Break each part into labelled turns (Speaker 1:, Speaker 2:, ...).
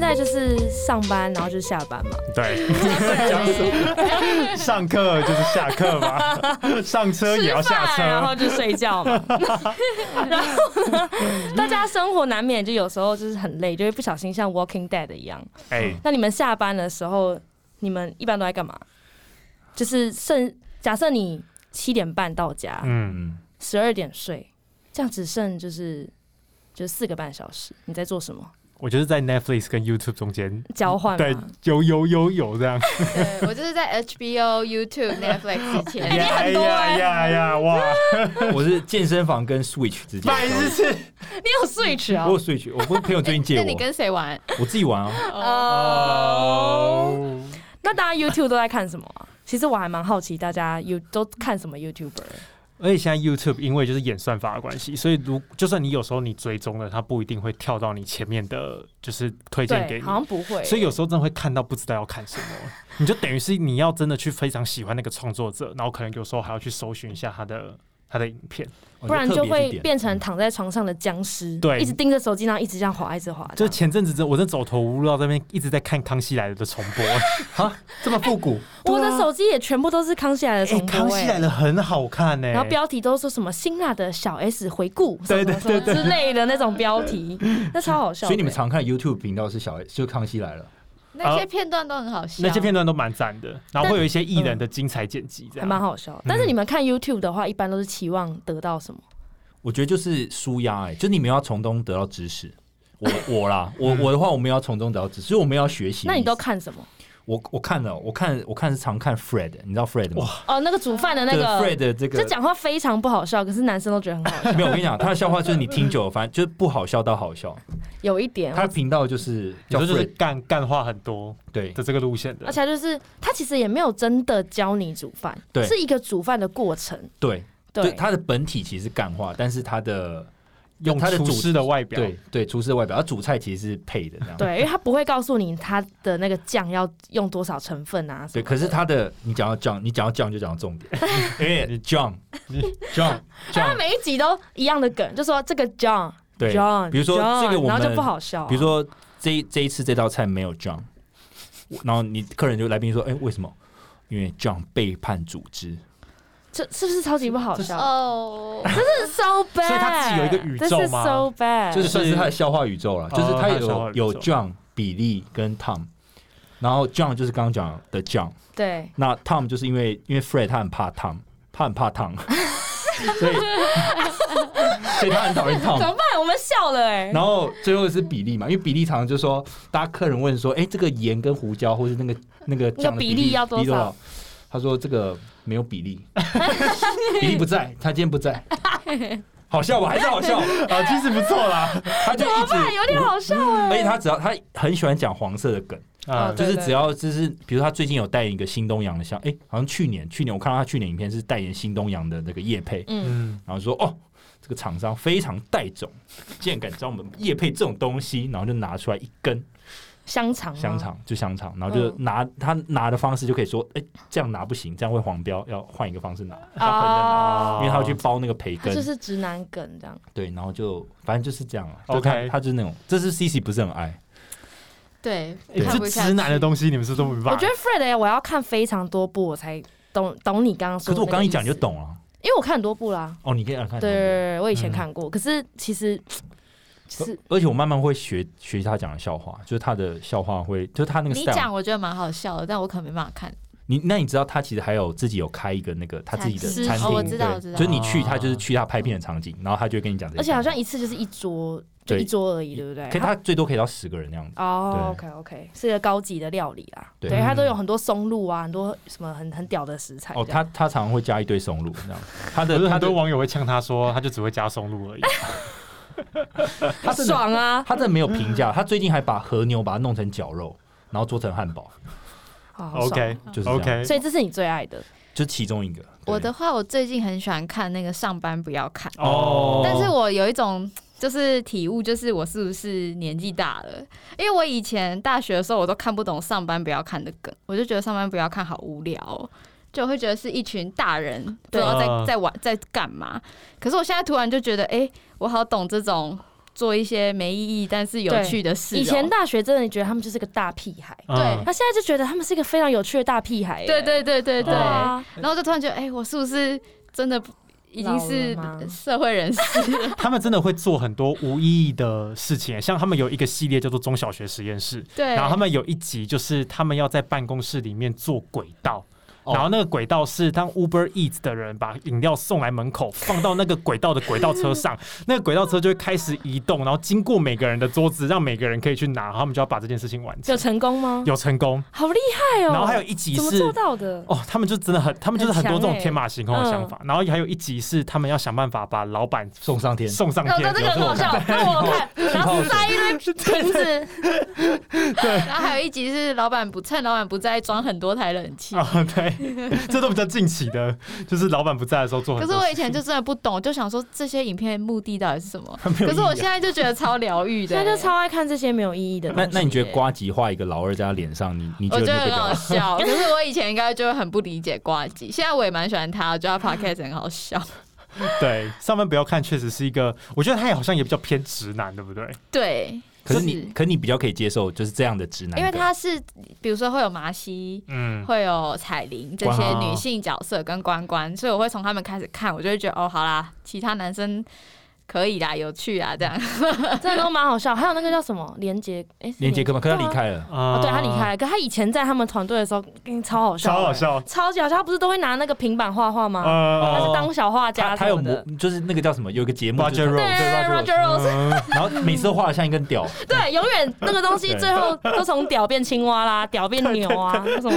Speaker 1: 在就是上班，然后就下班嘛。
Speaker 2: 对，
Speaker 1: 对，
Speaker 2: 上课就是下 课嘛，上车也要下
Speaker 1: 吃饭然后
Speaker 2: 车。
Speaker 1: 就睡觉嘛。然后呢， 大家生活难免就有时候就是很累，就会不小心像 Walking Dead 一样。
Speaker 2: 哎，
Speaker 1: 那你们下班的时候，你们一般都在干嘛？就是剩假设你七点半到家，
Speaker 2: 嗯，
Speaker 3: 嗯，
Speaker 1: 十二、点睡，这样只剩就是就是四个半小时，你在做什么？
Speaker 2: 我就是在 Netflix 跟 YouTube 中间，
Speaker 1: 交换
Speaker 2: 对
Speaker 1: 吗？，
Speaker 2: 有有有有这样。
Speaker 4: 对我就是在 HBO、YouTube、Netflix 以前，
Speaker 1: 你很多
Speaker 2: 呀
Speaker 1: 欸
Speaker 2: 呀呀！哇，
Speaker 3: 我是健身房跟 Switch 之间。
Speaker 2: 拜日次
Speaker 1: 你有 Switch 啊
Speaker 3: 我？有 Switch，我不是朋友最近借
Speaker 4: 那
Speaker 3: 我，
Speaker 4: 你跟谁玩？
Speaker 3: 我自己玩啊。
Speaker 1: 哦、那大家 YouTube 都在看什么啊？其实我还蛮好奇，大家有都看什么 YouTuber？
Speaker 2: 而且现在 YouTube 因为就是演算法的关系，所以如就算你有时候你追踪了，它不一定会跳到你前面的，就是推荐给
Speaker 1: 对，
Speaker 2: 你
Speaker 1: 好。像不会。
Speaker 2: 所以有时候真的会看到不知道要看什么， 你就等于是你要真的去非常喜欢那个创作者，然后可能有时候还要去搜寻一下他的他的影片。
Speaker 1: 不然就
Speaker 3: 哦我特别去
Speaker 1: 会
Speaker 3: 点嗯
Speaker 1: 变成躺在床上的僵尸，
Speaker 2: 对
Speaker 1: 一直盯着手机，然后一直这样滑，一直滑。这
Speaker 2: 就
Speaker 1: 样
Speaker 2: 前阵子真我真走投无路，到这边一直在看《康熙来了》的重 播，哎
Speaker 3: 哈这么复古，
Speaker 1: 我的手机也全部都是康熙来了重
Speaker 2: 哎，
Speaker 1: 播、
Speaker 2: 康熙来
Speaker 1: 哎
Speaker 2: 了》很好看呢、欸
Speaker 1: 然后标题都说什么辛辣的小 S 回顾，什么
Speaker 2: 对对
Speaker 1: 什么之类的那种标 题，那超好笑的。
Speaker 3: 所以你们常看 YouTube 频道是小就是康熙来了，
Speaker 4: 那些片段都很好笑。
Speaker 2: 那些片段都蛮赞的，然后会有一些艺人的精彩剪辑，
Speaker 1: 还
Speaker 2: 这
Speaker 3: 啊
Speaker 2: 样
Speaker 1: 蛮。好
Speaker 3: 嗯
Speaker 1: 笑的。但是你们看 YouTube 的话，一般都是期望得到什么？
Speaker 3: 我觉得就是舒压哎，就你们要从中得到知识。 我我啦，我我的话，我们要从中得到知识，所以我们要学习。
Speaker 1: 那你都看什么？
Speaker 3: 我我看了，我看我看是常看 Fred，你知道 Fred 吗？
Speaker 1: 哦，那个煮饭的那
Speaker 3: 对
Speaker 1: 个
Speaker 3: Fred 的这
Speaker 1: 就
Speaker 3: 个
Speaker 1: 讲话非常不好笑，可是男生都觉得很好笑，
Speaker 3: 没有，我跟你讲，他的笑话就是你听久了，反正就是不好笑到好笑。
Speaker 1: 有一点。
Speaker 3: 他的频道就是
Speaker 2: 有
Speaker 3: 叫
Speaker 2: 时候就是
Speaker 3: Fred，
Speaker 2: 干干话很多
Speaker 3: 对
Speaker 2: 的这个路线的
Speaker 1: 而，且他就是他其实也没有真的教你煮饭，
Speaker 3: 对
Speaker 1: 是一个煮饭的过程。
Speaker 3: 对，就
Speaker 1: 对，
Speaker 3: 他的本体其实是干话，但是他的
Speaker 2: 用
Speaker 3: 他的
Speaker 2: 厨
Speaker 3: 主
Speaker 2: 师的外表，
Speaker 3: 对对厨师的外表，他主菜其实是配的这样。
Speaker 1: 对，因为他不会告诉你他的那个酱要用多少成分啊什
Speaker 3: 对，
Speaker 1: 么。
Speaker 3: 可是他的你讲到 John，你讲到 John 就讲到重 点，因为 John John
Speaker 1: 但他
Speaker 3: John，
Speaker 1: 每一集都一样的梗，就说这个 John
Speaker 3: 对
Speaker 1: John，
Speaker 3: 比如说
Speaker 1: John，
Speaker 3: 这个我
Speaker 1: 然后就
Speaker 3: 们
Speaker 1: 不好笑啊、
Speaker 3: 比如说这一这一次这道菜没有 John，然后你客人就来宾说，哎，为什么？因为 John 背叛组织，
Speaker 1: 这是不是超级不好笑？
Speaker 4: 哦，
Speaker 1: 这是 so bad，
Speaker 2: 所以他自己有一个宇宙吗
Speaker 1: s o bad，
Speaker 3: 这算是他的笑话宇宙了，就是他
Speaker 2: 哦他的笑话
Speaker 3: 有
Speaker 2: 宇宙
Speaker 3: 有 John、比利跟 Tom，然后 John 就是刚刚讲的 John，
Speaker 1: 对，
Speaker 3: 那 Tom 就是因为因为 Fred 他很怕 Tom，他很怕 Tom，所以 所以他很讨厌
Speaker 1: 怎
Speaker 3: Tom。
Speaker 1: 么办？我们笑了哎、
Speaker 3: 哦然后最后是比例嘛，因为比例常常就说，大家客人问说，哎、这个盐跟胡椒或是那个那个酱的
Speaker 1: 比
Speaker 3: 比
Speaker 1: 例
Speaker 3: 例
Speaker 1: 要多少？
Speaker 3: 他说这个没有比 例，比例不在，他今天不在，好笑吧？还是好笑？
Speaker 2: 啊，其实不错啦，
Speaker 3: 他就一直
Speaker 1: 哎，有点好笑哎、
Speaker 3: 而且他只要他很喜欢讲黄色的梗，
Speaker 1: 哦，
Speaker 2: 啊
Speaker 3: 就
Speaker 1: 对
Speaker 3: 是只要就是，比如说他最近有代言一个新东阳的像，哎、好像去年去年我看到他去年影片是代言新东阳的那个叶配，
Speaker 1: 嗯，
Speaker 2: 嗯，
Speaker 3: 然后说哦，这个厂商非常带种，竟然敢找我们叶配这种东西，然后就拿出来一根
Speaker 1: 香肠吗
Speaker 3: 香，肠，就香肠，然后就
Speaker 1: 嗯
Speaker 3: 拿、他拿的方式就可以说，哎、这样拿不行，这样会黄标，要换一个方式拿，他混着
Speaker 1: 哦
Speaker 3: 拿。因为他要去包那个培
Speaker 1: 他
Speaker 3: 根，
Speaker 1: 就是直男梗这样。
Speaker 3: 对，然后就反正就是这样了。
Speaker 2: OK
Speaker 3: 就他他就是那种，这是 C C 不是很爱，
Speaker 4: 对，
Speaker 2: 哎
Speaker 4: 看不
Speaker 2: 这
Speaker 4: 下去
Speaker 2: 直男的东西你们是都没
Speaker 1: 我
Speaker 2: 办
Speaker 1: 觉
Speaker 2: 法
Speaker 1: 得 Fred 哎我要看非常多部我才懂懂你刚刚
Speaker 3: 可
Speaker 1: 说。
Speaker 3: 是我刚一讲就，懂了。
Speaker 1: 因为我看很多部啦。
Speaker 3: 哦，你可以来看。
Speaker 1: 对，我以前看过，可是其实就是
Speaker 3: 而且我慢慢会学学他讲的笑话，就是他的笑话会，就是他那个
Speaker 4: 你
Speaker 3: style
Speaker 4: 讲我觉得蛮好笑的，但我可能没办法看。
Speaker 3: 你那你知道他其实还有自己有开一个那个他自己的
Speaker 4: 吃
Speaker 3: 餐厅，
Speaker 4: 哦我知道
Speaker 3: 对
Speaker 4: 我知道
Speaker 3: 就是你去他就是去他拍片的场景，然后他就会跟你讲这些。
Speaker 1: 而且好像，一次就是一桌，就
Speaker 3: 对
Speaker 1: 一桌而已，对不对？
Speaker 3: 可以他最多可以到十个人那样子。
Speaker 1: 哦，OK OK，是一个高级的料理啦。
Speaker 3: 对
Speaker 1: 对，它
Speaker 2: 嗯
Speaker 1: 都有很多松露啊，很多什么很很屌的食材。
Speaker 3: 哦，他他常常会加一堆松露这样，他
Speaker 2: 可是
Speaker 3: 的他
Speaker 2: 很
Speaker 3: 的
Speaker 2: 多网友会呛他说，他就只会加松露而已。
Speaker 3: 他真的
Speaker 1: 爽啊！
Speaker 3: 他真的没有评价，他最近还把和牛把它弄成绞肉，然后做成汉堡，
Speaker 1: 哦好爽
Speaker 2: OK
Speaker 3: 就是这样
Speaker 2: OK，
Speaker 1: 所以这是你最爱的，
Speaker 3: 就是其中一个。对
Speaker 4: 我的话，我最近很喜欢看那个《上班不要看》，
Speaker 2: 哦，
Speaker 4: 但是我有一种就是体悟，就是我是不是年纪大了？因为我以前大学的时候，我都看不懂《上班不要看》的梗，我就觉得《上班不要看》好无聊、哦，就会觉得是一群大人不知道
Speaker 2: 对
Speaker 4: 在在玩在干嘛。可是我现在突然就觉得，哎、我好懂这种。做一些没意义但是有趣的事哦、
Speaker 1: 以前大学真的觉得他们就是个大屁孩，
Speaker 2: 嗯
Speaker 1: 他现在就觉得他们是一个非常有趣的大屁孩。欸
Speaker 4: 对对对对对，
Speaker 1: 啊，
Speaker 4: 然后就突然觉得，哎、我是不是真的不已经是
Speaker 1: 老了吗
Speaker 4: 社会人士？
Speaker 2: 他们真的会做很多无意义的事情，像他们有一个系列叫做中小学实验室，
Speaker 4: 对，
Speaker 2: 然后他们有一集就是他们要在办公室里面做轨道。
Speaker 3: 哦
Speaker 2: 然后那个轨道是当 Uber Eats 的人把饮料送来门口，放到那个轨道的轨道车 上，那个轨道车就会开始移动，然后经过每个人的桌子，让每个人可以去拿，然后他们就要把这件事情完成
Speaker 1: 有。成功吗？
Speaker 2: 有成功，
Speaker 1: 好厉害哦！
Speaker 2: 然后还有一集
Speaker 1: 怎么
Speaker 2: 是
Speaker 1: 做到的？
Speaker 2: 哦，他们就真的很，他们就是很多
Speaker 1: 很
Speaker 2: 这种
Speaker 1: 强欸
Speaker 2: 天马行空的想法。然后还有一集是他们要想办法把老板
Speaker 3: 送上天，
Speaker 2: 送上
Speaker 4: 哦，
Speaker 2: 天
Speaker 4: 对，这个很好笑，让我看，然后塞一堆瓶子，对，然后还有一集是老板不趁老板不在装很多台冷气。
Speaker 2: 啊、 对，这都比较近期的，就是老板不在的时候做
Speaker 4: 可
Speaker 2: 很
Speaker 4: 是
Speaker 2: 多
Speaker 4: 我以
Speaker 2: 事情。
Speaker 4: 前就真的不懂，就想说这些影片目的到底是什么。
Speaker 2: 没有
Speaker 4: 可是我
Speaker 2: 意义啊
Speaker 4: 现在就觉得超疗愈的、 欸
Speaker 1: 现在就超爱看这些没有意义的东
Speaker 3: 那
Speaker 1: 西。
Speaker 3: 那你觉得瓜吉画一个老二在他脸上，你你觉
Speaker 4: 我
Speaker 3: 得
Speaker 4: 觉得
Speaker 3: 那
Speaker 4: 很
Speaker 3: 个
Speaker 4: 好 笑，
Speaker 3: 表
Speaker 4: 可是我以前应该就会很不理解瓜吉，现在我也蛮喜欢他，我觉得他 podcast 很好 笑。
Speaker 2: 对上班不要看，确实是一个，我觉得他也好像也比较偏直男，对不对？
Speaker 4: 对，
Speaker 3: 可是
Speaker 4: 就
Speaker 3: 你
Speaker 4: 是
Speaker 3: 可是你比较可以接受就是这样的直男
Speaker 4: 因
Speaker 3: 梗，
Speaker 4: 为他是比如说会有麻西，
Speaker 2: 嗯，
Speaker 4: 会有彩铃这些女性角色跟关关，所以我会从他们开始看，我就会觉得哦，好啦，其他男生可以啦，有趣啊，这样。
Speaker 1: 真的都蛮好笑。还有那个叫什么连杰，哎，是
Speaker 3: 连杰克嘛，可是他离开了，
Speaker 2: 啊
Speaker 1: 哦，对他离开，了，可他以前在他们团队的时候，嗯，超好笑，
Speaker 2: 超好，笑，
Speaker 1: 超级好笑。他不是都会拿那个平板画画吗？
Speaker 2: 呃，
Speaker 1: 啊他是当小画
Speaker 3: 哦他
Speaker 1: 家
Speaker 3: 他
Speaker 1: 什
Speaker 3: 有
Speaker 1: 么
Speaker 3: 模
Speaker 1: 的。
Speaker 3: 就是那个叫什么，有一个节目
Speaker 2: Roger
Speaker 3: 就是
Speaker 2: Rose
Speaker 3: 对嗯
Speaker 1: 对
Speaker 3: Roger Rose，
Speaker 1: ，Roger Rose，
Speaker 2: 呃
Speaker 3: 然后每次都画的像一根屌，
Speaker 1: 对，永远那个东西最后都从屌变青蛙啦，屌变牛啊，什 么，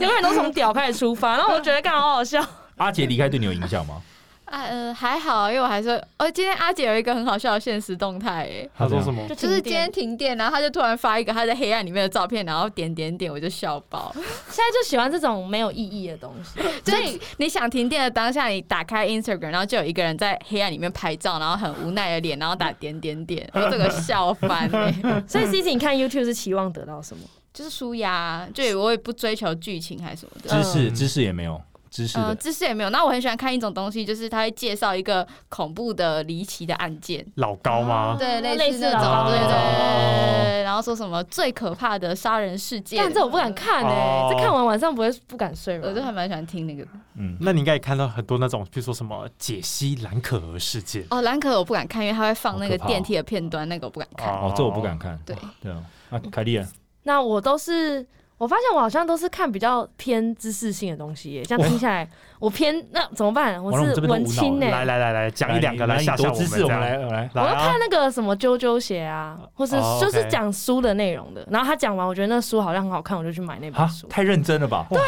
Speaker 1: 永远都从屌开始出发。然后我觉得干好好笑，
Speaker 3: 阿杰离开对你有影响吗？
Speaker 4: 啊，呃，还好，因为我还说，哦，今天阿姐有一个很好笑的现实动态，哎，
Speaker 2: 他说什
Speaker 3: 么？
Speaker 2: 么？
Speaker 4: 就是今天停电，然后她就突然发一个她在黑暗里面的照片，然后点点点，我就笑 爆。
Speaker 1: 现在就喜欢这种没有意义的东西。
Speaker 4: 就是你你想停电的当下，你打开 Instagram，然后就有一个人在黑暗里面拍照，然后很无奈的脸，然后打点点 点，我整个笑翻、 欸。
Speaker 1: 所以
Speaker 3: 嗯
Speaker 1: C C，你看 YouTube 是期望得到什么？
Speaker 4: 就是舒压，啊就也我也不追求剧情还是什么的。
Speaker 3: 知识
Speaker 2: 嗯
Speaker 3: 知识也没有，知识
Speaker 4: 呃，
Speaker 3: 的
Speaker 4: 知识也没有。那我很喜欢看一种东西，就是他会介绍一个恐怖的、离奇的案件，
Speaker 2: 老高吗？
Speaker 4: 对，
Speaker 1: 类
Speaker 4: 类似
Speaker 1: 似
Speaker 4: 哦那
Speaker 1: 的
Speaker 4: 种，对对对对
Speaker 2: 哦
Speaker 4: 对。然后说什么最可怕的杀人事件，
Speaker 1: 但这我不敢，看
Speaker 2: 哦
Speaker 1: 哎，这看完晚上不会不敢睡吗？
Speaker 4: 我就还蛮喜欢听那个的。
Speaker 3: 嗯，
Speaker 2: 那你应该也看到很多那种，比如说什么解析蓝可儿事件。
Speaker 4: 哦，兰可我不敢看，因为他会放那
Speaker 3: 好
Speaker 4: 个
Speaker 3: 可怕哦
Speaker 4: 电梯的片段，那个我不敢看。
Speaker 3: 哦，这我不敢看，
Speaker 4: 对
Speaker 3: 对啊，啊，凯莉啊，
Speaker 1: 那我都是，我发现我好像都是看比较偏知识性的东西耶，这样听下来，我偏那怎么办？我
Speaker 3: 完了我们
Speaker 1: 是
Speaker 3: 这边都
Speaker 1: 文
Speaker 3: 无脑
Speaker 1: 青
Speaker 2: 来
Speaker 1: 哎，
Speaker 2: 来来来，讲一两个
Speaker 3: 来
Speaker 2: 来
Speaker 3: 你
Speaker 2: 吓吓
Speaker 3: 多
Speaker 2: 我
Speaker 3: 知
Speaker 2: 们
Speaker 3: 识，我
Speaker 2: 这
Speaker 3: 们
Speaker 2: 样
Speaker 3: 来我来，
Speaker 1: 我都
Speaker 2: 来啊
Speaker 1: 看！那个什么啾啾鞋啊，或是
Speaker 2: 哦
Speaker 1: 就是
Speaker 2: OK
Speaker 1: 讲书的内容的，然后他讲完，我觉得那书好像很好看，我就去买那本
Speaker 3: 啊，
Speaker 1: 书。
Speaker 3: 太认真了吧？对啊，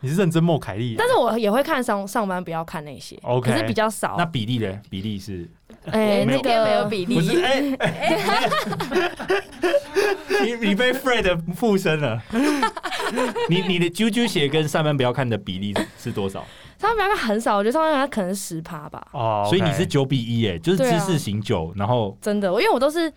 Speaker 2: 你是认真莫凯莉耶啊
Speaker 1: 但是我也会看上上班不要看那些
Speaker 2: OK
Speaker 1: 可是比较少
Speaker 3: 那。比例嘞？比例是
Speaker 1: 哎，
Speaker 4: 今
Speaker 1: 那
Speaker 4: 天没
Speaker 1: 个
Speaker 4: 有比
Speaker 3: 不是？
Speaker 4: 例，
Speaker 3: 哎，哎哎你你被 Fred 附身了。 你你的啾啾鞋跟上班不要看的比例是多少？
Speaker 1: 上班不要看很少，我觉得上班不要看可能十趴吧，
Speaker 2: 哦，
Speaker 3: 所以你
Speaker 2: OK
Speaker 3: 是九比一哎，就是
Speaker 1: 对
Speaker 3: 知
Speaker 1: 啊
Speaker 3: 识型九，然后
Speaker 1: 真的，我因为我都是。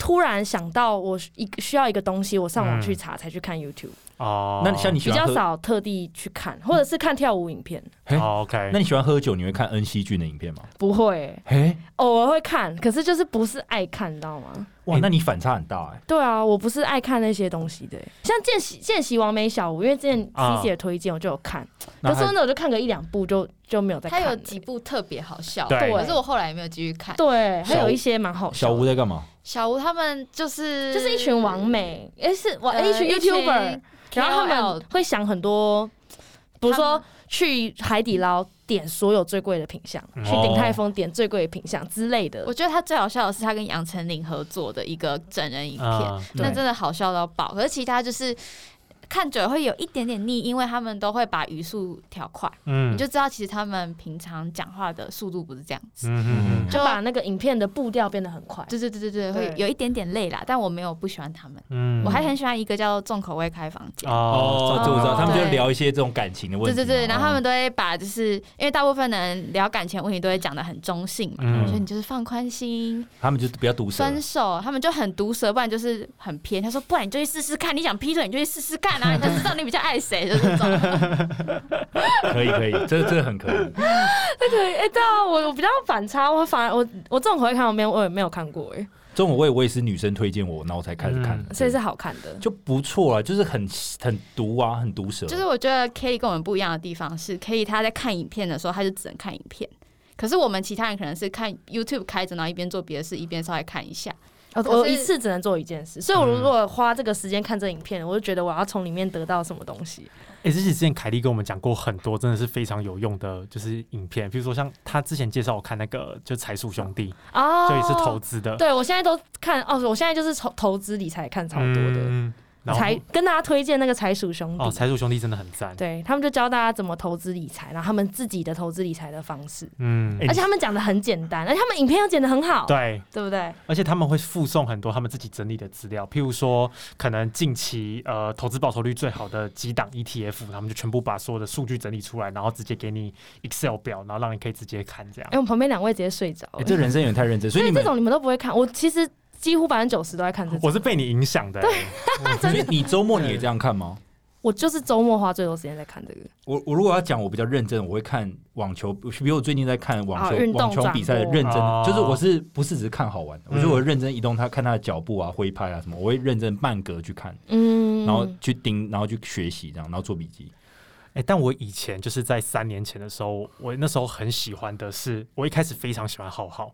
Speaker 1: 突然想到我一个需要一个东西，我上网去查才去看 YouTube，、
Speaker 2: 哦，
Speaker 3: 那像你
Speaker 1: 比
Speaker 3: 喜欢
Speaker 1: 较
Speaker 3: 喝，
Speaker 1: 少特地去看，或者是看跳舞影片。
Speaker 3: 哎
Speaker 2: 哦 OK，
Speaker 3: 那你喜欢喝酒，你会看恩熙俊的影片吗？
Speaker 1: 不会，
Speaker 3: 哎，
Speaker 1: 偶尔会看，可是就是不是爱看，你知道吗？
Speaker 3: 哇，那你反差很大哎。
Speaker 1: 对啊，我不是爱看那些东西的欸、像见习见习完美小屋，因为之前 C
Speaker 2: 啊
Speaker 1: C 的推荐我就有看，
Speaker 3: 那
Speaker 1: 可是
Speaker 3: 还
Speaker 1: 真的我就看个一两部就就没有再
Speaker 4: 他
Speaker 1: 看了。
Speaker 4: 有几部特别好笑，
Speaker 2: 对
Speaker 4: 可是我后来也没有继续看。
Speaker 1: 对，还
Speaker 3: 小
Speaker 1: 有
Speaker 3: 屋
Speaker 1: 一些蛮好
Speaker 3: 小
Speaker 1: 笑
Speaker 3: 吴
Speaker 1: 的，
Speaker 3: 在干嘛？
Speaker 4: 小吴他们就是
Speaker 1: 就是一群网美，哎、是网、
Speaker 4: 呃
Speaker 1: 一群
Speaker 4: 一群
Speaker 1: YouTuber，然后他
Speaker 4: KOL
Speaker 1: 们会想很多，比如说去海底捞点所有最贵的品相，
Speaker 2: 嗯
Speaker 1: 去鼎泰丰点最贵的品相之类的
Speaker 4: 我。觉得他最好笑的是他跟杨丞琳合作的一个整人影片，
Speaker 2: 啊
Speaker 4: 那
Speaker 3: 嗯对
Speaker 4: 真的好笑到爆。可是其他就是看久了会有一点点腻，因为他们都会把语速调快，
Speaker 2: 嗯
Speaker 4: 你就知道其实他们平常讲话的速度不是这样子。
Speaker 2: 嗯嗯嗯
Speaker 1: 就把那个影片的步调变得很快，
Speaker 4: 对对对对
Speaker 1: 对
Speaker 4: 对，会有一点点累啦，但我没有不喜欢他们，
Speaker 2: 嗯
Speaker 4: 我还很喜欢一个叫“重口味开房间”。
Speaker 3: 哦，这我知道，
Speaker 1: 哦
Speaker 3: 他们就
Speaker 4: 对
Speaker 3: 聊一些这种感情的问
Speaker 4: 对
Speaker 3: 题嘛。
Speaker 4: 对对，然后他
Speaker 3: 哦
Speaker 4: 们都会把，就是因为大部分人聊感情问题都会讲的很中性嘛，
Speaker 2: 嗯
Speaker 4: 所以你就是放宽心，
Speaker 3: 他们就比较毒舌，
Speaker 4: 分手，他们就很毒舌，不然就是很偏。他说，不然你就去试试看，你想劈腿你就去试试看看， 然后你就知道你比较爱谁，就是这种。
Speaker 3: 可以可以，这这很可以。
Speaker 1: 那个哎，对啊，我我比较反差，我反而我我这种回看我没有我也没有看过哎、
Speaker 3: 这种我也我也是女生推荐我，然后才开始看
Speaker 2: 嗯，
Speaker 1: 所以是好看的。
Speaker 3: 就不错啊，就是很很毒啊，很毒舌。
Speaker 4: 就是我觉得 Kelly 跟我们不一样的地方是，Kelly 她在看影片的时候，她就只能看影片。可是我们其他人可能是看 YouTube 开着，然后一边做别的事，一边稍微看一下。
Speaker 1: 我
Speaker 4: 可是
Speaker 1: 我一次只能做一件
Speaker 2: 嗯
Speaker 1: 事，所以我如果花这个时间看这影片，我就觉得我要从里面得到什么东西。
Speaker 2: 哎、这之前凯莉跟我们讲过很多真的是非常有用的，就是影片，比如说像她之前介绍我看那个就财富兄弟，
Speaker 1: 哦
Speaker 2: 就也是投资的，
Speaker 1: 对我现在都看哦，我现在就是投投资理财看超多的，
Speaker 2: 嗯然后
Speaker 1: 财、跟大家推荐那个财鼠兄弟，
Speaker 2: 哦，财富兄弟真的很赞，
Speaker 1: 对他们就教大家怎么投资理财，然后他们自己的投资理财的方式，
Speaker 2: 嗯，
Speaker 3: 哎
Speaker 1: 而且他们讲的很简单，而且他们影片又剪得很好，
Speaker 2: 对，
Speaker 1: 对哎不对？
Speaker 2: 而且他们会附送很多他们自己整理的资料，譬如说可能近期呃投资报酬率最好的几档 ETF，他们就全部把所有的数据整理出来，然后直接给你 Excel 表，然后让你可以直接看这样
Speaker 1: 哎、。我们旁边两位直接睡着了、
Speaker 3: 哎这人生有点太认真，所以
Speaker 1: 所
Speaker 3: 你
Speaker 1: 以这
Speaker 3: 们
Speaker 1: 种你们都不会看，我其实几乎百分之九十都在看这种。
Speaker 2: 我是被你影响的、欸，
Speaker 3: 所以你周末你也这样看吗？
Speaker 1: 我就是周末花最多时间在看这个。
Speaker 3: 我我如果要讲我比较认真，我会看网球，比如我最近在看网球、
Speaker 1: 哦运动
Speaker 3: 网球比赛的
Speaker 1: 转播
Speaker 3: 认真
Speaker 2: 哦
Speaker 3: 的，就是我是不是只是看好玩的？
Speaker 2: 嗯
Speaker 3: 我觉得我认真移动他，看他的脚步啊、挥拍啊什么，我会认真慢格去看，
Speaker 1: 嗯，
Speaker 3: 然后去盯，然后去学习这样，然后做笔记。
Speaker 2: 哎、但我以前就是在三年前的时候，我那时候很喜欢的是，我一开始非常喜欢浩浩，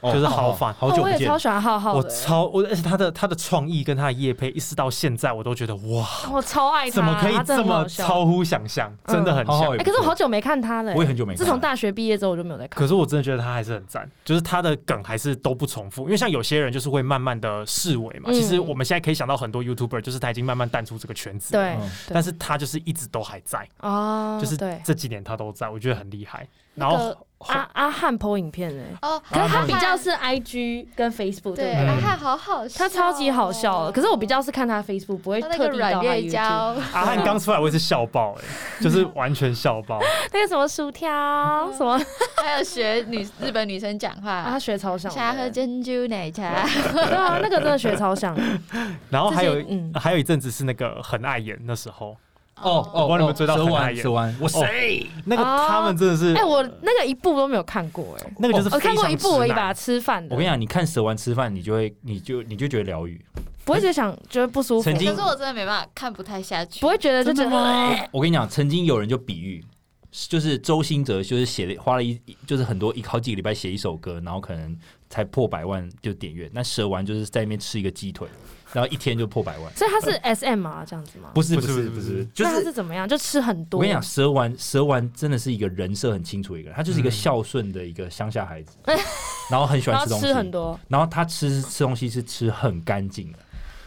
Speaker 3: 哦
Speaker 2: 就是好烦
Speaker 3: 好久
Speaker 1: 哦、我
Speaker 3: 不
Speaker 1: 也
Speaker 3: 见
Speaker 1: 超，喜欢浩浩
Speaker 2: 我
Speaker 1: 的，
Speaker 2: 超我，而且他的他的创意跟他的业配，一直到现在我都觉得哇，
Speaker 1: 我超爱他，
Speaker 2: 怎么可以
Speaker 1: 啊他真
Speaker 2: 这
Speaker 1: 的很
Speaker 2: 么
Speaker 1: 好笑？
Speaker 2: 超乎想象，真的很
Speaker 3: 好
Speaker 2: 像。
Speaker 3: 好
Speaker 1: 哎、
Speaker 3: 也不
Speaker 1: 可是我
Speaker 3: 错
Speaker 1: 好久没看他了、
Speaker 3: 我也很久没看
Speaker 1: 自从大学毕业之后我就没有再看。
Speaker 2: 可是我真的觉得他还是很赞，就是他的梗还是都不重复，因为像有些人就是会慢慢的视为嘛。
Speaker 1: 嗯
Speaker 2: 其实我们现在可以想到很多 YouTuber，就是他已经慢慢淡出这个圈子，
Speaker 1: 对，
Speaker 3: 嗯
Speaker 1: 对
Speaker 2: 但是他就是一直都还在，
Speaker 1: 哦，
Speaker 2: 就是
Speaker 1: 对
Speaker 2: 这几年他都在，我觉得很厉害。然
Speaker 1: 那
Speaker 2: 后
Speaker 1: 个啊阿阿汉 PO 影片哎、
Speaker 4: 哦，
Speaker 1: 可是他比较是 IG 跟 Facebook
Speaker 4: 对，
Speaker 1: 不
Speaker 4: 阿
Speaker 3: 嗯
Speaker 4: 汉好好笑，
Speaker 1: 他
Speaker 4: 哦
Speaker 1: 超级好笑的，可是我比较是看他 Facebook，不会
Speaker 4: 他那个
Speaker 1: 特地到
Speaker 4: 阮
Speaker 1: 他
Speaker 4: 月
Speaker 1: YouTube。
Speaker 4: 娇，
Speaker 2: 阿
Speaker 1: 啊
Speaker 2: 汉刚出来，我也是笑爆、欸， 就是完全笑爆。
Speaker 1: 那个什么薯条什么，
Speaker 4: 还有学女日本女生讲
Speaker 1: 嗯啊，他
Speaker 4: 话，
Speaker 1: 学超像的，
Speaker 4: 想要喝珍珠奶茶，
Speaker 1: 对啊，那个真的学超 像的，
Speaker 2: 然后还有
Speaker 1: 这些嗯
Speaker 2: 还有一阵子是那个很爱演那时候，
Speaker 3: 哦
Speaker 2: 我帮你们追到
Speaker 3: 蛇
Speaker 2: 很爱
Speaker 3: 丸，
Speaker 2: 演
Speaker 3: 蛇丸，哦我谁？
Speaker 2: 那个
Speaker 1: 哦
Speaker 2: 他们真的是，
Speaker 1: 哎、我那个一部都没有看过哎、
Speaker 2: 那个就是
Speaker 1: 我
Speaker 2: 非
Speaker 1: 看过
Speaker 2: 常
Speaker 1: 一部而已
Speaker 2: 直男
Speaker 1: 吧，吃饭的。
Speaker 3: 我跟你讲，你看蛇丸吃饭，你就会，你就你就觉得疗愈。
Speaker 1: 不会觉得想觉得不舒服，
Speaker 3: 曾
Speaker 4: 可
Speaker 3: 经
Speaker 4: 是我真的没办法看不太下去，
Speaker 1: 不会觉得就觉得哎
Speaker 3: 我跟你讲，曾经有人就比喻，就是周兴哲就是写了花了一就是很多一好几个礼拜写一首歌，然后可能才破百万就点阅。那蛇丸就是在那边吃一个鸡腿，然后一天就破百万。
Speaker 1: 所以他是 S M 啊这样子吗？
Speaker 3: 不是
Speaker 2: 不
Speaker 3: 不
Speaker 2: 是
Speaker 3: 是
Speaker 2: 不
Speaker 3: 不
Speaker 2: 是
Speaker 3: 是，就
Speaker 1: 那他
Speaker 3: 是
Speaker 1: 是怎么样？就吃很多。
Speaker 3: 我跟你讲，蛇丸蛇丸真的是一个人设很清楚的一个人，他就是一个
Speaker 2: 嗯
Speaker 3: 孝顺的一个乡 下孩子，然后很喜
Speaker 1: 然
Speaker 3: 欢
Speaker 1: 后
Speaker 3: 吃东西
Speaker 1: 吃，很多
Speaker 3: 然后他吃吃东西是吃很干净的，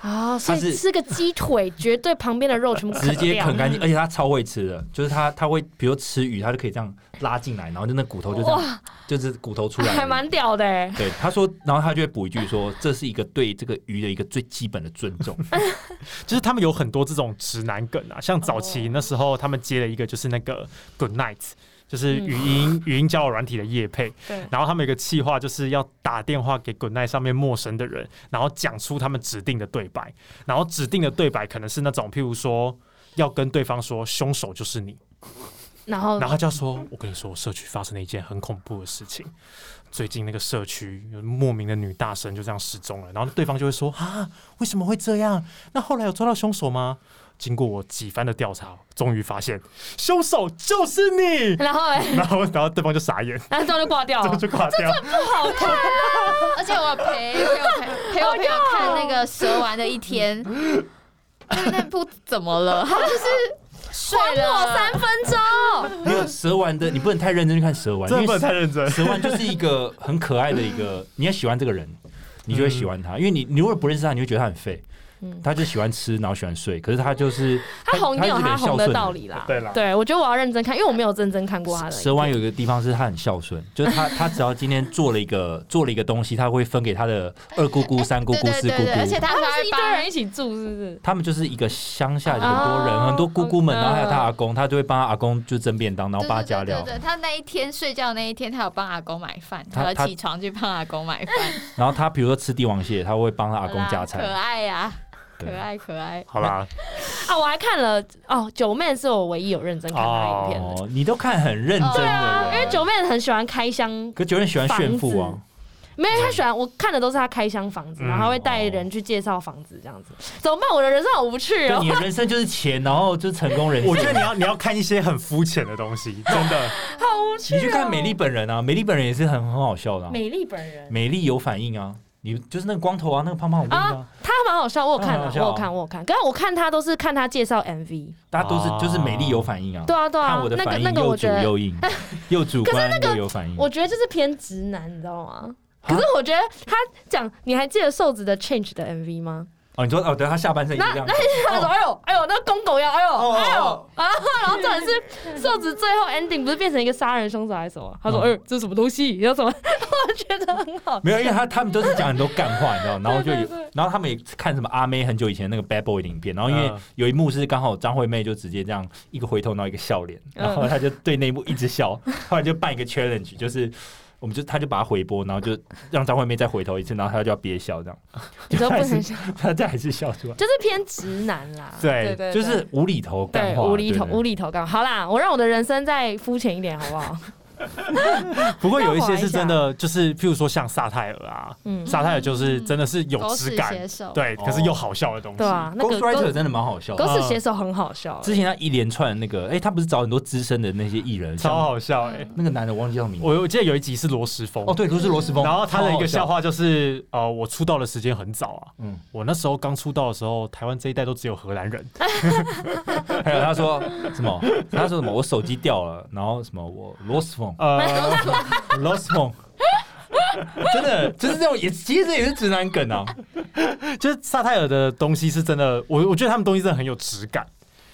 Speaker 1: 啊，所
Speaker 3: 他
Speaker 1: 以
Speaker 3: 是
Speaker 1: 吃个鸡 腿，绝对旁边的肉全部
Speaker 3: 直接
Speaker 1: 掉
Speaker 3: 啃干净，而且他超会吃的，就是他他会比如吃鱼，他就可以这样拉进来，然后就那骨头就这样，就是骨头出来而已，
Speaker 1: 还蛮屌的哎、
Speaker 3: 对，他说，然后他就会补一句说，这是一个对这个鱼的一个最基本的尊 重。
Speaker 2: 就是他们有很多这种直男梗啊，像早期那时候他们接了一个就是那个 Good Night，就是语音、语音交友软体的业配，
Speaker 1: 对，
Speaker 2: 然后他们有个企划就是要打电话给 Good Night 上面陌生的人，然后讲出他们指定的对白，然后指定的对白可能是那种譬如说。要跟对方说凶手就是你，
Speaker 1: 然后
Speaker 2: 然后他就要说：“
Speaker 3: 嗯
Speaker 2: 我跟你说，我社区发生了一件很恐怖的事情，最近那个社区有莫名的女大生就这样失踪了。”然后对方就会说：“啊，为什么会这样？那后来有抓到凶手吗？”经过我几番的调查，终于发现凶手就是你。
Speaker 3: 嗯
Speaker 1: 然后哎、
Speaker 2: 然后，然后对方就傻眼，
Speaker 1: 然后之后就挂掉
Speaker 2: 然
Speaker 3: 哦
Speaker 2: 后
Speaker 1: 了。
Speaker 2: 就挂掉。
Speaker 1: 好看，
Speaker 4: 而且我陪陪我陪陪我朋友看
Speaker 1: 哦
Speaker 4: 那个蛇丸的一 天，那那部怎么了？他就是睡
Speaker 1: 我
Speaker 4: 了
Speaker 1: 三分钟，
Speaker 3: 没有蛇丸的，你不能太认真去看蛇丸，
Speaker 2: 真的
Speaker 3: 因
Speaker 2: 不
Speaker 3: 为
Speaker 2: 能太认真。
Speaker 3: 蛇丸就是一个很可爱的一个，你要喜欢这个人，你就会喜欢他，因为你你如果不认识他，你会觉得他很废。
Speaker 1: 嗯
Speaker 3: 他就喜欢吃，然后喜欢睡，可是他就是
Speaker 1: 他红
Speaker 3: 他
Speaker 1: 你有
Speaker 3: 是个
Speaker 1: 他
Speaker 3: 很孝
Speaker 1: 红的
Speaker 3: 顺
Speaker 1: 道
Speaker 3: 的。
Speaker 1: 理啦。
Speaker 2: 对啦
Speaker 1: 对我觉得我要认真看，因为我没有认真看过他的。
Speaker 3: 蛇丸有一个地方是他很孝顺， 就是他他只要今天做了一个做了一个东西，他会分给他的二姑姑、三姑
Speaker 4: 对
Speaker 3: 姑、
Speaker 4: 对
Speaker 3: 四
Speaker 4: 对
Speaker 3: 姑
Speaker 4: 对，而且
Speaker 3: 姑。
Speaker 4: 他
Speaker 1: 他
Speaker 4: 还
Speaker 1: 们是
Speaker 4: 会
Speaker 1: 一堆
Speaker 4: 帮
Speaker 1: 人一起住，是不是？
Speaker 3: 他们就是一个乡下很多
Speaker 1: 哦
Speaker 3: 人，很多姑姑们，
Speaker 1: 嗯
Speaker 3: 然后还有他阿公，他就会帮他阿公就蒸便当，然后帮他加
Speaker 4: 对对
Speaker 3: 料
Speaker 4: 对。对，他那一天睡觉那一天，他有帮阿公买饭，
Speaker 3: 他
Speaker 4: 他
Speaker 3: 他
Speaker 4: 有起床去帮阿公买饭，
Speaker 3: 然后他比如说吃帝王蟹，他会帮他阿公
Speaker 4: 好啦
Speaker 3: 夹
Speaker 4: 可
Speaker 3: 菜。
Speaker 4: 爱呀、可爱可爱。
Speaker 2: 好啦，
Speaker 1: 啊，我还看了哦，九妹是我唯一有认真看她的影片的，
Speaker 3: 哦，你都看很认真的
Speaker 4: 对
Speaker 3: 人
Speaker 4: 啊，
Speaker 1: 因为九妹很喜欢开箱，
Speaker 3: 可九人喜欢炫富
Speaker 1: 房
Speaker 3: 啊，
Speaker 1: 没有她喜欢我看的都是她开箱房子，
Speaker 2: 嗯
Speaker 1: 然后她会带人去介绍房子这样子。怎么办？我的人生好无趣
Speaker 3: 对，
Speaker 1: 哦
Speaker 3: 啊你。的人生就是钱，然后就是成功人生。
Speaker 2: 我觉得你要你要看一些很肤浅的东西，真的。
Speaker 1: 好无趣、哦。
Speaker 3: 你去看美丽本人啊，美丽本人也是很很好笑的啊、
Speaker 1: 美丽本人，
Speaker 3: 美丽有反应啊，你就是那个光头啊，那个胖胖我跟你讲，
Speaker 1: 她蛮好笑，我有看啊，
Speaker 3: 她蛮好
Speaker 1: 我
Speaker 3: 笑啊
Speaker 1: 有看，我有看。可是我看她都是看她介绍 MV。
Speaker 3: 大家都是
Speaker 2: 哦
Speaker 3: 就是美丽有反应啊。
Speaker 1: 对啊，对啊
Speaker 3: 看我，的
Speaker 1: 那个
Speaker 3: 反
Speaker 1: 那
Speaker 3: 应
Speaker 1: 个，我
Speaker 3: 又
Speaker 1: 觉
Speaker 3: 主
Speaker 1: 得
Speaker 3: 又硬，又主观又有反应。
Speaker 1: 我觉得就是偏直男，你知道吗？
Speaker 3: 啊
Speaker 1: 可是我觉得他讲，你还记得瘦子的 Change 的 MV 吗？
Speaker 3: 哦，你说哦，对他下半身也是这样子。
Speaker 1: 他说：“哎呦，哎呦，那个公狗要，哎呦，
Speaker 3: 哦
Speaker 1: 哎
Speaker 3: 哦
Speaker 1: 呦啊！”然后重点 是瘦子最后 ending 不是变成一个杀人凶手还是什么？他说：“
Speaker 3: 嗯
Speaker 1: 哎，这是什么东西？”然后什么？ 我觉得很 好。
Speaker 3: 没有，因为他他们都是讲很多干话，你知道， 然后就
Speaker 1: 对对
Speaker 3: 有
Speaker 1: 对，
Speaker 3: 然后他们也看什么阿妹很久以前那个 Bad Boy 的影片，然后因为
Speaker 2: 嗯
Speaker 3: 有一幕是刚好张惠妹就直接这样一个回头，然后一个笑脸，
Speaker 1: 嗯
Speaker 3: 然后他就对那一幕一 直笑，后来就办一个 challenge，就是我们就他就把它回播，然后就让张惠妹再回头一次，然后他就要憋笑这样，
Speaker 1: 你说
Speaker 3: 他
Speaker 1: 不
Speaker 3: 还
Speaker 1: 能
Speaker 3: 啊是
Speaker 1: 想，
Speaker 3: 他这还是笑出来，
Speaker 1: 就是偏直男啦。对对，
Speaker 3: 就是无厘头干
Speaker 1: 对
Speaker 3: 话，
Speaker 1: 无厘头
Speaker 3: 对
Speaker 1: 无厘头干嘛。好啦，我让我的人生再肤浅一点，好不好？
Speaker 2: 不过有一
Speaker 1: 那我
Speaker 2: 些
Speaker 1: 来
Speaker 2: 是真的，就是譬如说像萨泰尔啊，
Speaker 1: 嗯，
Speaker 2: 萨泰尔就是真的是有
Speaker 4: 狗
Speaker 2: 质
Speaker 4: 屎
Speaker 2: 感
Speaker 4: 写，手，
Speaker 2: 对，可是
Speaker 3: 哦
Speaker 2: 又好笑的东西
Speaker 1: 对。啊，那个
Speaker 3: Ghostwriter 真的蛮好笑的
Speaker 1: 狗。屎写手很好笑。欸
Speaker 3: 之前他一连串那个，哎、他不是找很多资深的那些艺人，
Speaker 2: 超
Speaker 3: 像
Speaker 2: 好笑哎！
Speaker 3: 那个男的我忘记叫名字，
Speaker 2: 我我记得有一集是罗时峰
Speaker 3: 哦，，对，都是罗斯峰，
Speaker 2: 然后他的一个笑
Speaker 3: 超好，
Speaker 2: 话就是，呃，我出道的时间很早啊，
Speaker 3: 嗯。
Speaker 2: 我那时候刚出道的时候，台湾这一代都只有荷兰人，
Speaker 3: 还有他说什么？他说什么？我手机掉了，然后什么？我 lost phone，
Speaker 2: 呃，
Speaker 3: lost phone，真的就是这种也，其实这也是直男梗 啊。
Speaker 2: 就是萨泰尔的东西是真的，我我觉得他们东西真的很有质感，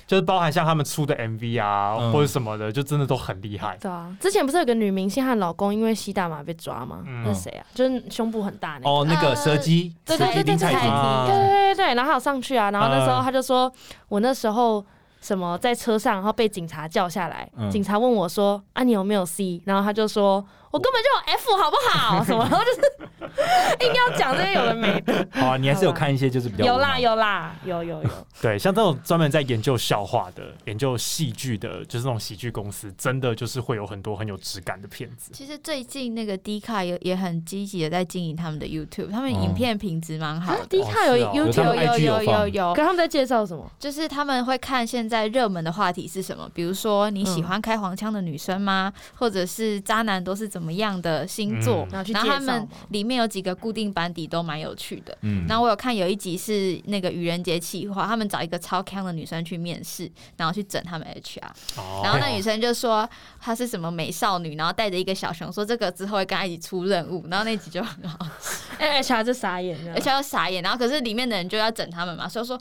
Speaker 2: 就是包含像他们出的 MV 啊、
Speaker 3: 嗯
Speaker 2: 或者什么的，就真的都很厉害。
Speaker 1: 对啊，之前不是有个女明星和老公因为吸大麻被抓吗？
Speaker 2: 嗯
Speaker 1: 那谁啊？就是胸部很大那个。
Speaker 3: 哦，那个
Speaker 4: 呃
Speaker 3: 蛇姬，
Speaker 1: 对对对对
Speaker 3: 林采
Speaker 1: 对
Speaker 3: 缇
Speaker 2: 啊
Speaker 1: 对对对对，然后还有上去啊，然后那时候他就说，我那时候什么在车上，然后被警察叫下来，
Speaker 3: 嗯
Speaker 1: 警察问我说啊你有没有 C，然后他就说我根本就有 F 好不好？ 什么，然后就是 硬要讲这些有的没的，
Speaker 3: 好啊，你还是有看一些就是比较
Speaker 1: 有
Speaker 3: 无
Speaker 1: 啦
Speaker 3: 脑
Speaker 1: 有啦有有有，
Speaker 2: 对，像这种专门在研究笑话的、研究戏剧的，就是那种喜剧公司，真的就是会有很多很有质感的片子。
Speaker 4: 其实最近那个 D 卡也也很积极的在经营他们的 YouTube，他们
Speaker 3: 哦
Speaker 4: 影片品质蛮好的。
Speaker 1: 迪卡有
Speaker 2: 是哦
Speaker 3: 有他们
Speaker 1: YouTube，
Speaker 3: IG 有放
Speaker 4: 有
Speaker 1: 可，他们在介绍什么？
Speaker 4: 就是他们会看现在热门的话题是什么，比如说你喜欢开黄腔的女生吗？或者是渣男都是怎么样的星
Speaker 3: 嗯
Speaker 4: 座？
Speaker 1: 然后去
Speaker 4: 然
Speaker 1: 介绍
Speaker 4: 后他
Speaker 1: 吗
Speaker 4: 们里面有几个固定班底都蛮有趣的。
Speaker 3: 嗯
Speaker 4: 然后我有看有一集是那个愚人节企划，他们找一个超强的女生去面试，然后去整他们 HR，
Speaker 2: 哦
Speaker 4: 然后那女生就说她是什么美少女，然后带着一个小熊，说这个之后会跟她一起出任务，然后那集就 很好，
Speaker 1: 哎，HR 就傻眼了
Speaker 4: 而且要傻眼，然后可是里面的人就要整他们嘛，所以说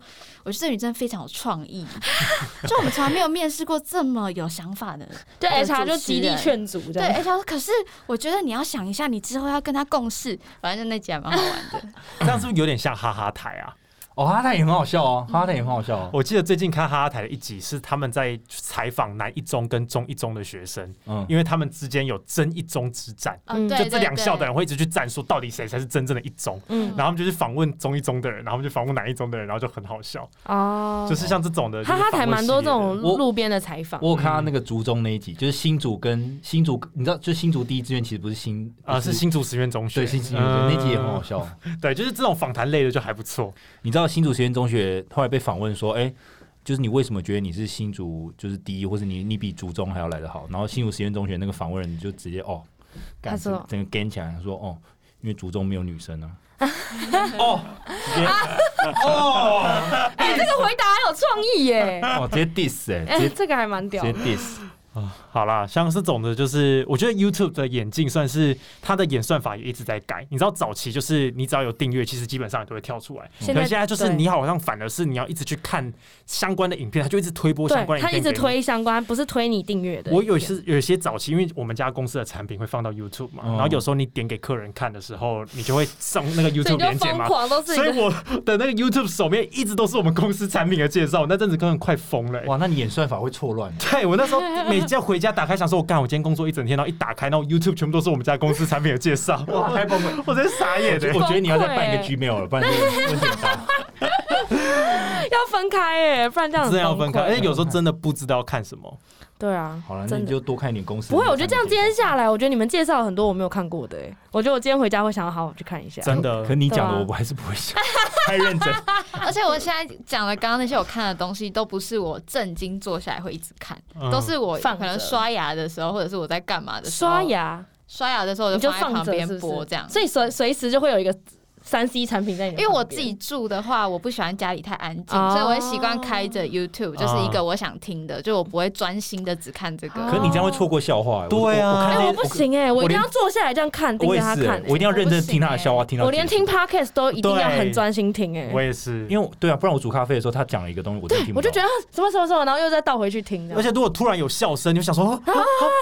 Speaker 4: 我觉得这女生非常有创意， 就我们从来没有面试过这么有想法的人。
Speaker 1: 对
Speaker 4: 的
Speaker 1: HR 就
Speaker 4: 主持
Speaker 1: 极力
Speaker 4: 人
Speaker 1: 劝阻这
Speaker 4: 对
Speaker 1: 样。
Speaker 4: ，HR 说，可是我觉得你要想一下，你之后要跟她共事，反正就那集还蛮 好玩的。
Speaker 2: 这样是不是有点像哈哈台啊？
Speaker 3: 哦，哈泰也很好笑哦，哈泰也很好笑哦。
Speaker 2: 我记得最近看哈哈台的一集是他们在采访南一中跟中一中的学生，
Speaker 3: 嗯，
Speaker 2: 因为他们之间有真一中之战，
Speaker 1: 嗯
Speaker 4: 嗯，对
Speaker 2: 就这两校的，
Speaker 4: 对
Speaker 2: 人会一直去战说到底谁才是真正的一中。
Speaker 1: 嗯
Speaker 2: 然后他们就去访问中一中的人，然后他们就访问南一中的人，然后就很好笑，
Speaker 1: 哦
Speaker 2: 就是像这种的，
Speaker 1: 哈
Speaker 2: 就是
Speaker 1: 哈台
Speaker 2: 访问
Speaker 1: 蛮多
Speaker 2: 系
Speaker 1: 这
Speaker 2: 列的
Speaker 1: 种路边的采访
Speaker 3: 我，有看到那个竹中那一集，就是新竹跟新竹，你知道，就新竹第一志愿其实不是新
Speaker 2: 啊，是新竹实验中学，
Speaker 3: 对新竹
Speaker 2: 嗯
Speaker 3: 那集也很好笑。
Speaker 2: 对，就是这种访谈类的就还不错。
Speaker 3: 你知道新竹实验中学后来被访问说，哎、就是你为什么觉得你是新竹就是第一，或者你你比竹中还要来得好？然后新竹实验中学那个访问人就直接哦，干
Speaker 1: 他说
Speaker 3: 整整个 g 起来，他说哦，因为竹中没有女生啊。 哦，直接哦！
Speaker 1: 哎，这个回答很有创意耶
Speaker 3: 哦，直接 diss 哎、
Speaker 1: 哎，
Speaker 3: 直接
Speaker 1: 这个还蛮屌
Speaker 3: 直接
Speaker 1: 的。
Speaker 3: diss，
Speaker 2: 好啦，像是这种的，就是我觉得 YouTube 的眼镜算是它的演算法也一直在改。你知道早期就是你只要有订阅，其实基本上也都会跳出来。
Speaker 1: 现
Speaker 2: 可
Speaker 1: 在
Speaker 2: 是现在就是
Speaker 1: 对
Speaker 2: 你好像反而是你要一直去看相关的影片，它就一直推播相关
Speaker 1: 对
Speaker 2: 的影
Speaker 1: 他一
Speaker 2: 片。
Speaker 1: 直。推相关，不是推你订阅的。
Speaker 2: 我有些有些早期，因为我们家公司的产品会放到 YouTube 嘛，
Speaker 3: 嗯
Speaker 2: 然后有时候你点给客人看的时候，你就会上那个
Speaker 1: 所以
Speaker 2: YouTube
Speaker 1: 你就
Speaker 2: 连接
Speaker 1: 疯
Speaker 2: 嘛。
Speaker 1: 狂都是一
Speaker 2: 所以
Speaker 1: 个。
Speaker 2: 我的那个 YouTube 手面一直都是我们公司产品的介绍，那阵子根本快疯了、欸。
Speaker 3: 哇，那你演算法会错乱。
Speaker 2: 对我那时候每天回家打开，想说我干，我今天工作一整天，然后一打开，然后 YouTube 全部都是我们家公司产品的介绍，
Speaker 3: 哇，太崩溃！
Speaker 2: 我真是傻眼
Speaker 3: 我觉
Speaker 2: 的
Speaker 3: 得。我觉得你要再
Speaker 1: 崩溃
Speaker 3: 办一个
Speaker 1: 欸
Speaker 3: Gmail 了，不然这个问题很大。
Speaker 1: 要分开哎，不然这样很
Speaker 2: 真的要
Speaker 1: 崩
Speaker 2: 分开，
Speaker 1: 溃
Speaker 2: 哎而且有时候真的不知道看什么。
Speaker 1: 对啊，
Speaker 3: 好了，那
Speaker 1: 真
Speaker 3: 你
Speaker 1: 的
Speaker 3: 就多看一点公司。
Speaker 1: 不会。我觉得这样今天下来，我觉得你们介绍了很多我没有看过的哎，我觉得我今天回家会想要好好去看一下。
Speaker 2: 真的
Speaker 3: 可你
Speaker 1: 对
Speaker 3: 讲
Speaker 1: 啊
Speaker 3: 的我还是不会想，太认真。
Speaker 4: 而且我现在讲的刚刚那些我看的东西，都不是我正经坐下来会一直看，
Speaker 2: 嗯
Speaker 4: 都是我
Speaker 1: 放
Speaker 4: 可
Speaker 1: 着
Speaker 4: 能刷牙的时候，或者是我在干嘛的时候，
Speaker 1: 刷牙
Speaker 4: 刷牙的时候我
Speaker 1: 你
Speaker 4: 就
Speaker 1: 就放
Speaker 4: 放在旁
Speaker 1: 着
Speaker 4: 边
Speaker 1: 是不
Speaker 4: 播
Speaker 1: 是
Speaker 4: 这样。
Speaker 1: 所以随随时就会有一个三 C 产品在你的
Speaker 4: 因为我
Speaker 1: 旁
Speaker 4: 自
Speaker 1: 边
Speaker 4: 己住的话，我不喜欢家里太安静，
Speaker 1: 哦
Speaker 4: 所以我会习惯开着 YouTube，就是一
Speaker 2: 哦
Speaker 4: 个我想听的，就我不会专心的只看这个。
Speaker 1: 哦
Speaker 3: 可你这样会错过笑话。我欸
Speaker 2: 对啊
Speaker 3: 我看
Speaker 1: 哎、
Speaker 3: 这
Speaker 1: 我不行哎、我一定要坐下来这样看，盯
Speaker 3: 我
Speaker 1: 着
Speaker 3: 也
Speaker 1: 他
Speaker 3: 是
Speaker 1: 看、
Speaker 3: 欸，我一定要认真听他的笑话，听到
Speaker 1: 我连
Speaker 3: 结
Speaker 1: 听
Speaker 3: 束。
Speaker 1: podcast 都一定要
Speaker 2: 对
Speaker 1: 很专心听哎、
Speaker 2: 我也是，
Speaker 3: 因为我对啊，不然我煮咖啡的时候，他讲了一个东西，我真的听不
Speaker 1: 我就觉
Speaker 3: 懂
Speaker 1: 得啊什么什么什么，然后又再倒回去听这样，
Speaker 2: 而且如果突然有笑声，你就想说啊，啊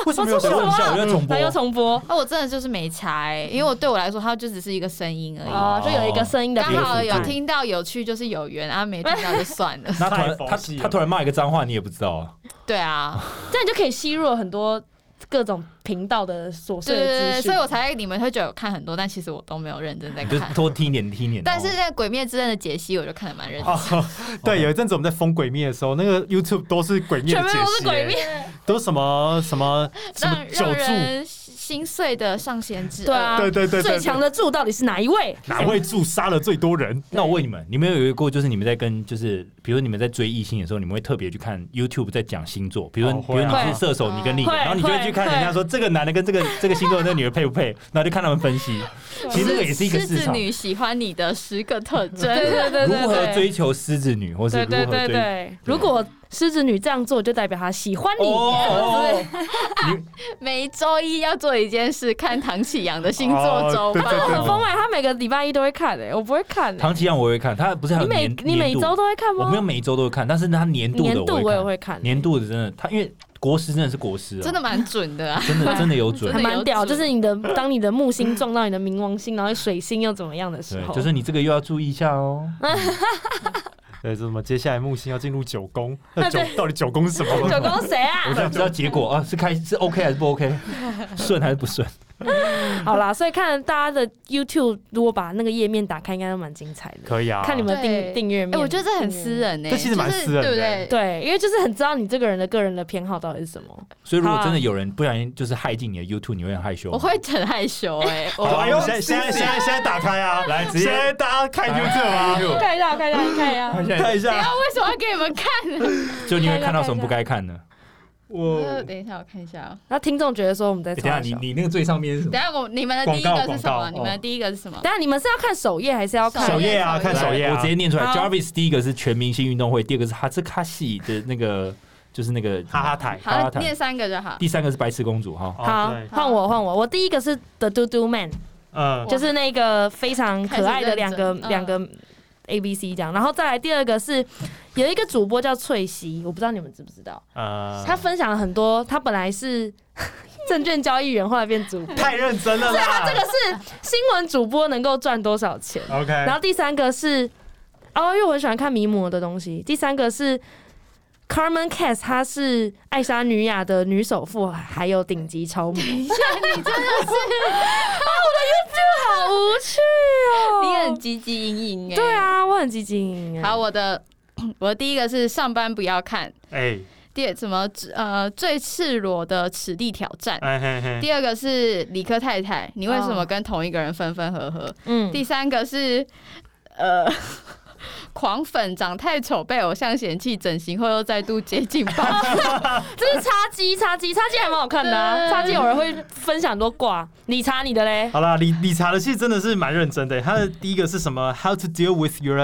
Speaker 2: 为什么有
Speaker 1: 我
Speaker 2: 笑
Speaker 1: 说什么
Speaker 2: 声？
Speaker 3: 我就重播。
Speaker 1: 然后又重播，
Speaker 4: 啊，我真的就是没差、欸，因为我对我来说，它就只是一个声音而已。
Speaker 1: 哦、就有一个声音的
Speaker 4: 刚
Speaker 1: 比例
Speaker 4: 好有
Speaker 2: 对
Speaker 4: 听到有趣就是有缘啊，没听 到就算了
Speaker 3: 那突
Speaker 2: 太
Speaker 3: 然
Speaker 2: 佛
Speaker 3: 他
Speaker 2: 系了
Speaker 3: 他突然骂一个脏话，你也不知道啊。
Speaker 4: 对啊，
Speaker 1: 这样你就可以吸入很多各种频道的琐碎的
Speaker 4: 对对
Speaker 1: 资
Speaker 4: 对，
Speaker 1: 讯，
Speaker 4: 所以我才你们会觉得我看很多，但其实我都没有认真在
Speaker 3: 你就是
Speaker 4: 看。
Speaker 3: 多听一点，听一点。 哦
Speaker 4: 但是在《鬼灭之刃》的解析，我就看得蛮认真。
Speaker 2: 哦，对，有一阵子我们在封鬼灭的时候，那个 YouTube 都是鬼灭的
Speaker 1: 全部
Speaker 2: 解析，
Speaker 1: 都是鬼，面，
Speaker 2: 都是什么什么什么
Speaker 4: 让
Speaker 2: 九
Speaker 4: 让
Speaker 2: 柱，
Speaker 4: 人心碎的上弦之
Speaker 1: 对啊，
Speaker 2: 对对对对对
Speaker 1: 最强的柱到底是哪一位？
Speaker 2: 哪位柱杀了最多人？
Speaker 3: 那我问你们，你们有一个过，就是你们在跟，就是比如你们在追异性的时候，你们会特别去看 YouTube 在讲星座，比如、
Speaker 2: 哦
Speaker 3: 比
Speaker 2: 会
Speaker 3: 如
Speaker 2: 啊
Speaker 3: 你是射手，
Speaker 4: 会
Speaker 3: 你跟另一个，
Speaker 1: 会
Speaker 3: 然后你就会去看人家说这个男的跟 这个这个星座的那个女的配不配，然后就看他们分析。其实这个也是一个
Speaker 4: 狮
Speaker 3: 市
Speaker 4: 子
Speaker 3: 场，
Speaker 4: 女喜欢你的十个特征。
Speaker 1: 对对对对
Speaker 3: 如
Speaker 1: 对，
Speaker 3: 何追求狮子女，或是
Speaker 1: 对
Speaker 3: 如
Speaker 1: 对
Speaker 3: 何
Speaker 1: 对
Speaker 3: 追。
Speaker 1: 对，如果狮子女这样做，就代表她喜欢你。
Speaker 3: 哦，
Speaker 4: 每周一要做一件事，看唐启阳的星座
Speaker 2: 哦
Speaker 4: 周
Speaker 2: 对
Speaker 1: 她
Speaker 2: 对对
Speaker 1: 很
Speaker 4: 报。
Speaker 1: 疯哎，她每个礼拜一都会看哎、我不会看哎、
Speaker 3: 唐奇阳我会看，他不是还
Speaker 1: 你
Speaker 3: 有
Speaker 1: 每
Speaker 3: 年
Speaker 1: 你每
Speaker 3: 年度
Speaker 1: 周都会看吗？
Speaker 3: 我没有每一周都会看，但是他年度
Speaker 1: 年
Speaker 3: 的
Speaker 1: 度
Speaker 3: 我
Speaker 1: 我也
Speaker 3: 会
Speaker 1: 会看，欸
Speaker 3: 看，年度的真的，他因为国师真的是国师啊，
Speaker 4: 真的蛮准的啊！
Speaker 3: 真的真的有准
Speaker 1: 欸还，蛮屌。
Speaker 4: 有
Speaker 1: 就
Speaker 4: 准
Speaker 1: 是你的当你的木星撞到你的冥王星，然后水星又怎么样的时
Speaker 3: 对，
Speaker 1: 候，
Speaker 3: 就是你这个又要注意一下哦。
Speaker 2: 对，这是什么？接下来木星要进入九宫，那
Speaker 1: 啊
Speaker 2: 九
Speaker 1: 对
Speaker 2: 到底九宫是什么？
Speaker 1: 九宫谁
Speaker 3: 我
Speaker 1: 啊？
Speaker 3: 想知道结果啊，是开是 OK 还是不 OK，顺还是不顺？
Speaker 1: 好啦，所以看大家的 YouTube，如果把那个页面打开，应该都蛮精彩的。
Speaker 2: 可以啊，
Speaker 1: 看你们订
Speaker 4: 对
Speaker 1: 订阅
Speaker 4: 哎、
Speaker 1: 面，
Speaker 4: 我觉得这很私人呢、
Speaker 2: 这
Speaker 4: 就
Speaker 2: 其
Speaker 4: 是
Speaker 2: 实蛮私人的
Speaker 4: 对不对？
Speaker 1: 对，因为就是很知道你这个人的个人的偏好到底是什么。
Speaker 3: 所以如果真的有人不小心就是害进你的 YouTube，你会很害羞。
Speaker 4: 我会很害羞哎、我
Speaker 1: 哦
Speaker 2: 好，
Speaker 3: 哎
Speaker 2: 哎
Speaker 3: 呦
Speaker 2: 呦，现在现在现在现在打开啊，来直接现在大家看 YouTube 啊，
Speaker 1: 看一下，看一下，看一下。
Speaker 3: 看一下，
Speaker 2: 看一下，
Speaker 4: 为什么要给你们看呢？
Speaker 3: 就你会看到什么不该看的。
Speaker 2: 我
Speaker 4: 等一下，我看一下啊、
Speaker 1: 那听众觉得说我们在
Speaker 3: 哎
Speaker 1: 嘲
Speaker 3: 等一下
Speaker 1: 笑
Speaker 3: 你，你那个最上面是什么
Speaker 4: 等？一下，我你们的第一个是什么？啊
Speaker 2: 广告广告
Speaker 4: 你们的第一个是什么？
Speaker 1: 等一下你们是要看首页还是要看
Speaker 2: 首
Speaker 4: 首
Speaker 2: 页
Speaker 4: 页
Speaker 2: 啊，
Speaker 4: 啊
Speaker 2: 看
Speaker 4: 看
Speaker 2: 首页啊，
Speaker 3: 来我直接念出来。
Speaker 1: 好
Speaker 3: Jarvis 第一个是全明星运动会，第二个是哈兹卡西的那个，就是那个
Speaker 2: 哈哈台。哦
Speaker 3: 好
Speaker 4: 好，念三个就 好。
Speaker 3: 第三个是白痴公主哈。
Speaker 1: 好
Speaker 2: 对，
Speaker 1: 换我换我，我第一个是 The Do Do Man，
Speaker 2: 嗯，
Speaker 1: 就是那个非常可爱的两个
Speaker 4: 开始认真嗯
Speaker 1: 两个 A B C 这样，然后再来第二个是有一个主播叫翠西，我不知道你们知不知道，
Speaker 4: 嗯
Speaker 2: 呃，
Speaker 1: 他分享了很多，他本来是证券交易员，后来变主 播，
Speaker 2: 太认真了啦。
Speaker 1: 这个是新闻主播能够赚多少钱，
Speaker 2: OK，
Speaker 4: 哎
Speaker 1: 然后第三个是哦，因为我很喜欢看迷魔的东西，第三个是。Carmen Cass，她是爱莎女雅的女首富，还有顶级超模。 你真的是啊，我的 YouTube 好无趣 哦！
Speaker 4: 你很积极盈盈哎。
Speaker 1: 对。啊，我很激进。
Speaker 4: 好，，我的 我的第一个是上班不要看，
Speaker 2: 哎
Speaker 4: 第二什么呃最赤裸的齿力挑战。
Speaker 2: 哎嘿嘿，
Speaker 4: 第二个是理科太太，你为什么跟同一个人分分合合？
Speaker 1: 嗯，
Speaker 4: 第三个是呃， 狂粉长太丑被偶像嫌弃，整形后又再度接近吧。
Speaker 1: 这是叉鸡，叉鸡，叉鸡还蛮好看的、啊。
Speaker 4: 对
Speaker 1: 叉鸡有人会分享很多卦，你查你的嘞。
Speaker 2: 好啦，理理查的其实真的是蛮认真的。他的第一个是什么？How to deal with your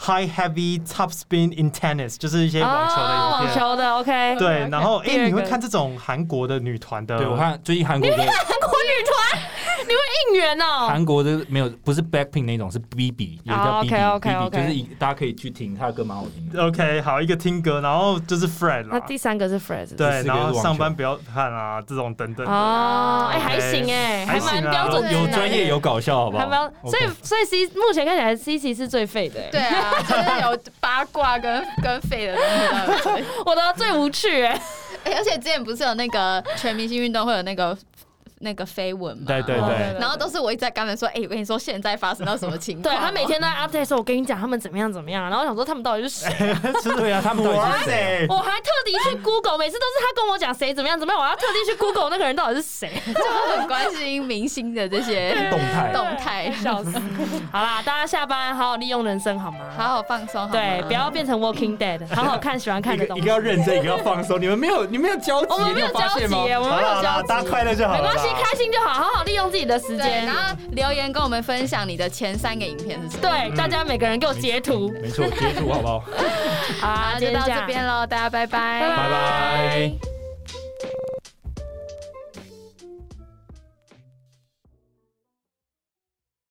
Speaker 2: high heavy top spin in tennis，就是一些哎网球的
Speaker 1: 哦
Speaker 2: 影
Speaker 1: 网
Speaker 2: 片。
Speaker 1: 球的，OK。
Speaker 2: 对，然后
Speaker 1: 第二
Speaker 2: 哎，
Speaker 1: 个
Speaker 2: 你会看这种韩国的女团的？
Speaker 3: 对，我看最近韩国的
Speaker 1: 韩国女团，你会应援哦。
Speaker 3: 韩国的没有，不是 Blackpink 那种，是 BB，有一个叫
Speaker 1: 哦
Speaker 3: BB，BB
Speaker 1: ，OK，OK，OK
Speaker 3: 就是一大家可以去听，他的歌蛮好听的。
Speaker 2: OK，好，一个听歌，然后就是 Fred
Speaker 1: 那
Speaker 2: 啦，
Speaker 1: 第三个是 Fred。
Speaker 2: 对，
Speaker 3: 第四个是
Speaker 2: 然后
Speaker 3: 网球
Speaker 2: 上班不要看啊，这种等等的。
Speaker 1: 哦，哎，
Speaker 2: OK
Speaker 1: 还行哎，还
Speaker 2: 还行啊
Speaker 1: 蛮标准直男
Speaker 3: 有
Speaker 1: 的，
Speaker 3: 专业有搞笑，好不好？
Speaker 1: 还蛮。所以
Speaker 3: OK
Speaker 1: 所以 C 目前看起来 C C 是最废的。欸
Speaker 4: 对，啊，就是有八卦跟跟废的东西在 里面。
Speaker 1: 我的最无趣哎。
Speaker 4: 而且之前不是有那个全明星运动会有那个那个绯闻嘛，
Speaker 2: 对对
Speaker 1: 哦
Speaker 2: 对，
Speaker 4: 然后都是我一直在跟他们说，哎、我跟你说现在发生到什么情况
Speaker 1: 对
Speaker 4: 哦，
Speaker 1: 他每天都在 update 说，我跟你讲他们怎么样怎么样，然后我想说他们到底是谁，
Speaker 2: 真的
Speaker 3: 对啊，他们到底是谁啊？
Speaker 2: 谁？
Speaker 1: 我还特地去 Google，每次都是他跟我讲谁怎么样怎么样，我要特地去 Google 那个人到底是谁，
Speaker 4: 就很关心明星的这些
Speaker 3: 动态
Speaker 4: 动态，
Speaker 1: 笑死。好啦，大家下班好好利用人生好吗？
Speaker 4: 好，好放松，好吗
Speaker 1: 对，不要变成 Walking Dead，好好看喜欢看
Speaker 3: 一
Speaker 1: 的
Speaker 3: 个
Speaker 1: 东
Speaker 3: 一
Speaker 1: 西
Speaker 3: 个。要认真，一个要放松，你们没有你没有交集，
Speaker 1: 我们没有
Speaker 3: 你发现吗
Speaker 1: 交集我们没有
Speaker 3: 好啦好啦
Speaker 1: 交集
Speaker 3: 大家快乐就好
Speaker 1: 没
Speaker 3: 了啦。
Speaker 1: 关系，开心就好，好好利用自己的时
Speaker 4: 对，
Speaker 1: 间
Speaker 4: 然。后留言跟我们分享你的前三个影片是什么。
Speaker 1: 对，大家每个人给我截图。
Speaker 3: 没错，结束好不好？
Speaker 1: 好
Speaker 4: 好，
Speaker 1: 啊，
Speaker 4: 就
Speaker 1: 今天
Speaker 4: 到
Speaker 1: 样
Speaker 4: 这边喽，大家拜拜，
Speaker 1: 拜拜
Speaker 3: 拜拜。